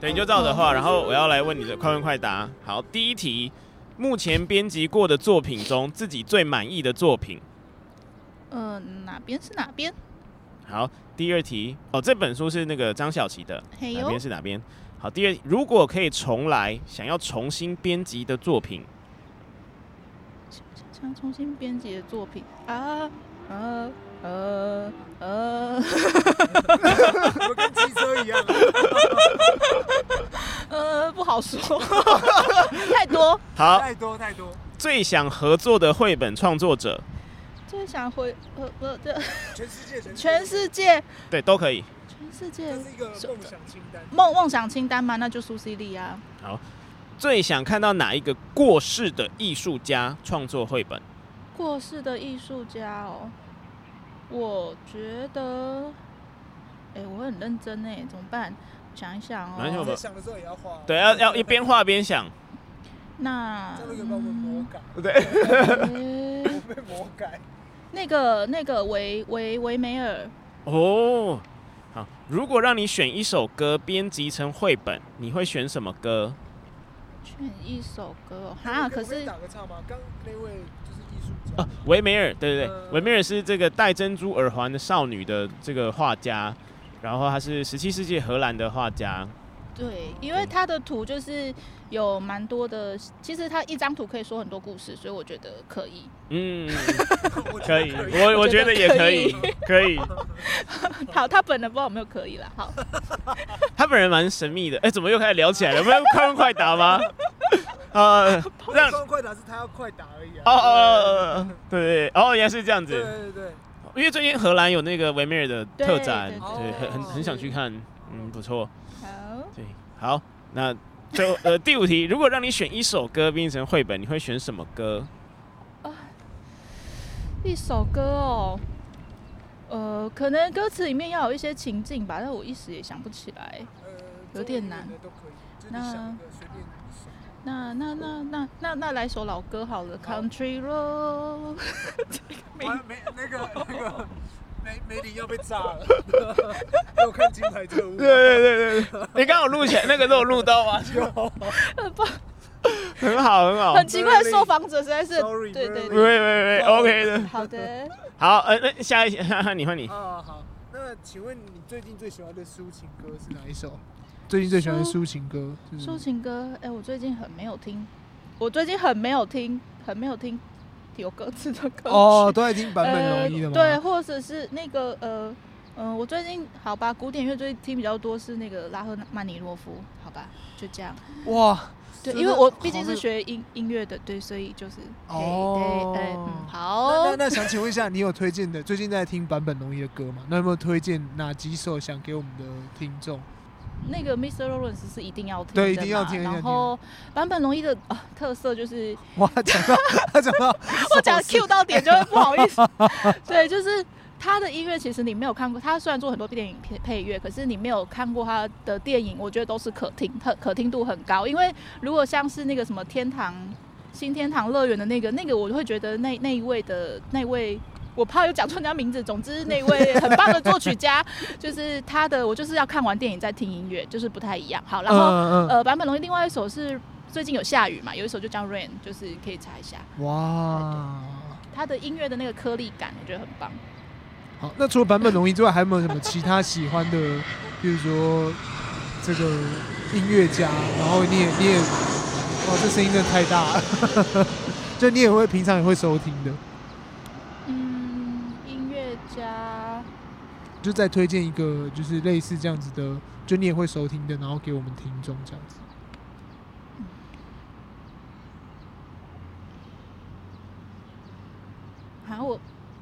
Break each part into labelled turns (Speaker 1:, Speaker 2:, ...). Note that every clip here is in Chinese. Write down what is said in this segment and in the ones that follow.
Speaker 1: 对，你就照着画。然后我要来问你的快问快答。好，第一题，目前编辑过的作品中，自己最满意的作品。
Speaker 2: 呃，哪边是哪边？
Speaker 1: 好，第二题，哦，这本书是那个张小琪的，
Speaker 2: 嘿
Speaker 1: 哪
Speaker 2: 哟
Speaker 1: 边，是哪边？好，第二，如果可以重来，想要重新编辑的作品，
Speaker 2: 想重新编辑的作品啊，呃呃呃
Speaker 3: 我跟机车一样、啊。
Speaker 2: 呃， 不 好说，太多。
Speaker 1: 好，
Speaker 3: 啊太多太多，
Speaker 1: 最想合作的绘本创作者，
Speaker 2: 最想回呃不这
Speaker 3: 全世界全
Speaker 2: 全世界
Speaker 1: 对，都可以。
Speaker 2: 全世
Speaker 3: 这
Speaker 2: 界
Speaker 3: 是一个梦想清单。
Speaker 2: 梦梦想清单嘛，那就苏西利啊。
Speaker 1: 最想看到哪一个过世的艺术家创作绘本？
Speaker 2: 过世的艺术家哦，我觉得，哎、我会很认真哎，怎么办？我想一想
Speaker 1: 没关系我
Speaker 2: 哦
Speaker 1: 们。
Speaker 3: 在想的时候也要画啊。
Speaker 1: 对，要要一边画边想。
Speaker 2: 那
Speaker 3: 这样会帮我们魔改，
Speaker 1: 对，
Speaker 2: 嗯 诶
Speaker 3: 被魔改。
Speaker 2: 那个那个维维维梅尔，
Speaker 1: 哦，好，如果让你选一首歌编辑成绘本，你会选什么歌？
Speaker 2: 选一首歌哦
Speaker 3: 我
Speaker 2: 哈，
Speaker 3: 以
Speaker 2: 可是
Speaker 3: 打个岔吗？刚那位就是艺术
Speaker 1: 啊
Speaker 3: 家，，
Speaker 1: 维梅尔，对对对，
Speaker 3: 呃
Speaker 1: 维梅尔是这个戴珍珠耳环的少女的这个画家，然后她是十七世纪荷兰的画家，
Speaker 3: 嗯
Speaker 2: 对，因为他的图就是有蛮多的，其实他一张图可以说很多故事，所以我觉得可以。
Speaker 1: 嗯，
Speaker 3: 我
Speaker 1: 可
Speaker 3: 觉 得
Speaker 1: 以，我我觉得也可以，可 以。
Speaker 2: 好，
Speaker 3: 嗯
Speaker 2: 他本人不知道有没有可以啦。好，
Speaker 1: 他本人蛮神秘的，哎，怎么又开始聊起来了？不要快问快答吗？呃，让
Speaker 3: 让快快打是他要快打而已啊。
Speaker 1: 哦哦哦，哦对对，对哦，原来是这样
Speaker 3: 对
Speaker 1: 子，
Speaker 3: 对对，
Speaker 1: 因为最近荷兰有那个维梅尔的特展，
Speaker 2: 对
Speaker 3: 对
Speaker 1: 对，
Speaker 3: 对
Speaker 1: 很很很想去看，嗯，不错，
Speaker 2: 好，
Speaker 1: 对，好，那最后呃第五题，如 果让你选一首歌编成绘本，你会选什么歌？
Speaker 2: 一首歌哦，呃，可能歌词里面要有一些情境吧，但我一时也想不起来。
Speaker 3: 呃，
Speaker 2: 有点难
Speaker 3: 都可以，就是你想一个随便一首。
Speaker 2: 那那那那那那来首老歌好了
Speaker 3: 好
Speaker 2: ，Country Road。没
Speaker 3: 完没那个那个梅梅林要被炸了， 我看金牌特务。
Speaker 1: 对对对对对，你刚好录起来，那个都有录到 吗？
Speaker 2: 很棒，
Speaker 1: 很好，很好。
Speaker 2: 很奇怪，
Speaker 3: Merlin
Speaker 2: 受访者实在是
Speaker 3: Sorry，
Speaker 2: 对
Speaker 1: 喂
Speaker 2: 对
Speaker 3: Merlin
Speaker 2: 对，
Speaker 1: 喂喂，OK 的。
Speaker 2: 好的。
Speaker 1: 好，呃，那下一， 哈哈，你换你。
Speaker 3: 啊好，那请问你最近最喜欢的抒情歌是哪一首？
Speaker 4: 最近最喜欢的
Speaker 2: 抒
Speaker 4: 抒情歌，就是
Speaker 2: 抒情歌，哎、我最近很没有听，我最近很没有听，很没有听有歌词的歌曲
Speaker 4: 哦，，都在听版本容易的吗？
Speaker 2: 对，，或者是那个呃呃，我最近好吧，古典乐最近听比较多是那个拉赫曼尼诺夫，好吧，就这样。
Speaker 4: 哇，
Speaker 2: 对，
Speaker 4: 真
Speaker 2: 因为
Speaker 4: 的
Speaker 2: 我
Speaker 4: 好
Speaker 2: 毕竟
Speaker 4: 那
Speaker 2: 是学音音乐的，对，所以就是
Speaker 4: 哦
Speaker 2: 对对，嗯，
Speaker 4: 那那
Speaker 2: 好。
Speaker 4: 哦那想请问一下，你有推荐的最近在听版本容易的歌吗？那有没有推荐哪几首想给我们的听众？
Speaker 2: 那个 Mr. Lawrence 是一定要听的嘛，
Speaker 4: 对一定要听一定要
Speaker 2: 然
Speaker 4: 听
Speaker 2: 后坂本龙一的、啊特色就是
Speaker 4: 哇，讲到他讲到
Speaker 2: 我 讲 Q 到点就会不好意思。对，就是他的音乐，其实你没有看过。他虽然做很多电影配配乐，可是你没有看过他的电影，我觉得都是可听，可可听度很高。因为如果像是那个什么天堂新天堂乐园的那个，那个我会觉得那那一位的那位。我怕有讲错人家名字，总之那位很棒的作曲家， 就是他的，我就是要看完电影再听音乐，就是不太一样。好，然后、
Speaker 4: 嗯嗯
Speaker 2: 呃，坂本龙一另外一首是最近有下雨嘛，有一首就叫 Rain，就是可以查一下。
Speaker 4: 嗯，哇。
Speaker 2: 他的音乐的那个颗粒感，我觉得很棒。
Speaker 4: 好，那除了版本容易之外，还有没有什么其他喜欢的？比如说这个音乐家，然后你也你也，哇，这声音真的太大了， 就你也会平常也会收听的，
Speaker 2: 嗯，音乐家，
Speaker 4: 就再推荐一个就是类似这样子的，就你也会收听的，然后给我们听众这样子。
Speaker 2: 好，我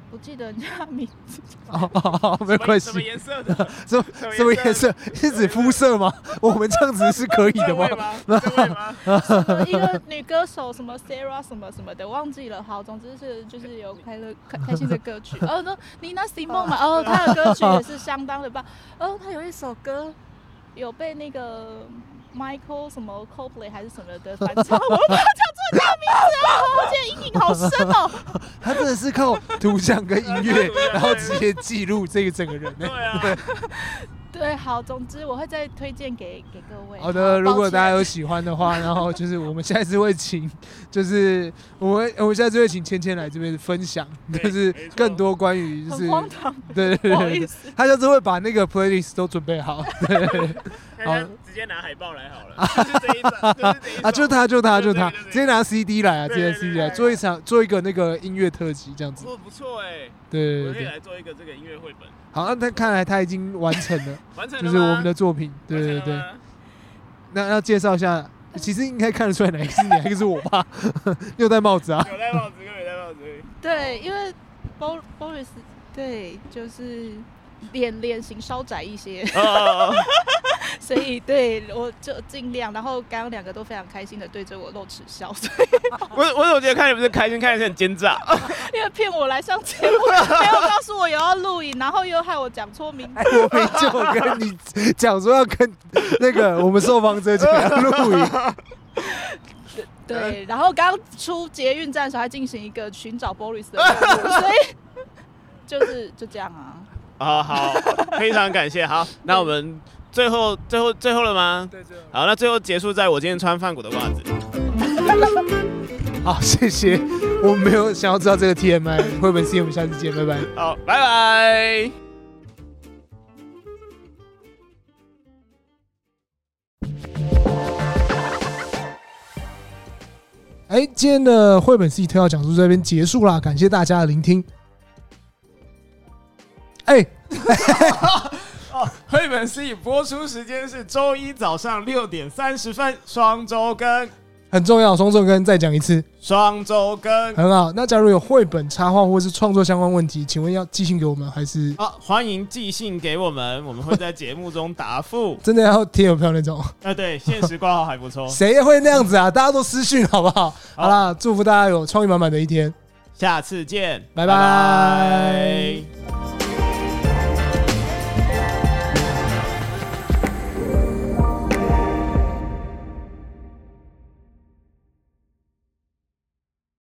Speaker 2: 不记得人家 名字，
Speaker 4: 哦哦哦，没有关系
Speaker 1: 什么。颜色的？
Speaker 4: 什么什么颜色？是指肤色吗？我们这样子是可以的
Speaker 1: 这
Speaker 4: 吗
Speaker 1: 位？吗？这位吗？
Speaker 2: 呃一个女歌手什么 Sarah 什么什么的，忘记了。好，总之是就是有开乐开开心的歌 曲。哦，那 Nina Simone 嘛，哦，她的歌 曲也是相当的棒。哦，她有一首歌有被那个 Michael 什么 Copley 还是什么的翻唱，我把它叫做她名字啊，我现在阴影好深 哦。
Speaker 4: 他真的是靠图像跟音乐，然后直接记录这个整个人
Speaker 1: 对
Speaker 4: 呢。
Speaker 1: 啊，
Speaker 2: 对，好，总之我会再推荐给给各位。
Speaker 4: 好的，如果大家
Speaker 2: 家
Speaker 4: 有喜欢的话，然后就是我们下一次会请，就是我们我们下次会请芊芊来这边分享，
Speaker 1: 对
Speaker 4: 就是
Speaker 1: 没错
Speaker 4: 更多关于就是
Speaker 2: 很 荒唐，
Speaker 4: 对对
Speaker 2: 不好
Speaker 4: 对
Speaker 2: 意
Speaker 4: 对，
Speaker 2: 思。
Speaker 4: 他就是会把那个 playlist 都准备好
Speaker 1: 大家直接拿海报来好了，就是这一张，就是这一张
Speaker 4: 啊，就是。他，就他，就他，
Speaker 1: 对对对对
Speaker 4: 直接拿 CD 来啊，直
Speaker 1: 对
Speaker 4: 接
Speaker 1: 对对
Speaker 4: CD
Speaker 1: 对
Speaker 4: 来
Speaker 1: 对
Speaker 4: 做一场做一个那个音乐特辑这样子，
Speaker 1: 哦，不错哎，
Speaker 4: 对对
Speaker 1: 我们可以
Speaker 4: 对。
Speaker 1: 来做一个这个音乐绘本，
Speaker 4: 好，那他看来他已经完成 了，
Speaker 1: 完成了
Speaker 4: 就
Speaker 1: 吗
Speaker 4: 是我们的作品。对对
Speaker 1: 完成
Speaker 4: 对
Speaker 1: 了，吗
Speaker 4: 那要介绍一下，其实应该看得出来哪一个是你，哪一个是我吧？ 又戴帽子 啊，
Speaker 1: 有戴帽子跟没戴帽子，
Speaker 2: 对，因为 Bo- Boris 对就是脸脸型稍窄一些，
Speaker 1: 哦，
Speaker 2: 所以对我就尽量。然后刚刚两个都非常开心的对着我露齿笑，所以
Speaker 1: 哦我我总觉得看你们是开心，看你是很奸诈，哦
Speaker 2: 因为骗我来上节目，没有告诉我有要录影，然后又害我讲错名字。
Speaker 4: 我没就跟你讲说要跟那个我们受访者讲要录影，
Speaker 2: 对，然后刚出捷运站的时候还进行一个寻找 Boris 的任务，所以 就是就这样啊。
Speaker 1: 啊、好，非常感谢。好，那我们最后、最后、最后了吗？
Speaker 3: 对，这样。
Speaker 1: 好，那最后结束在我今天穿范谷的袜子。
Speaker 4: 好，谢谢。我没有想要知道这个 TMI，绘本 C，我们下次见，拜拜。
Speaker 1: 好，拜拜。
Speaker 4: 哎，今天的绘本 C 特邀讲述这边结束啦，感谢大家的聆听。哎，
Speaker 1: 绘本 C 播出时间是周一早上六点三十分，双周更，
Speaker 4: 很重要，双重跟再讲一次。
Speaker 1: 双周更。
Speaker 4: 很好，那假如有绘本插画或是创作相关问题，请问要寄信给我们，还是。
Speaker 1: 好、欢迎寄信给我们，我们会在节目中答复
Speaker 4: 真的要贴邮票那种？。
Speaker 1: 啊，对，限时挂号还不错
Speaker 4: 谁会那样子啊？大家都私讯好不好？好啦，祝福大家有创意满满的一天。
Speaker 1: 下次见，
Speaker 4: 拜拜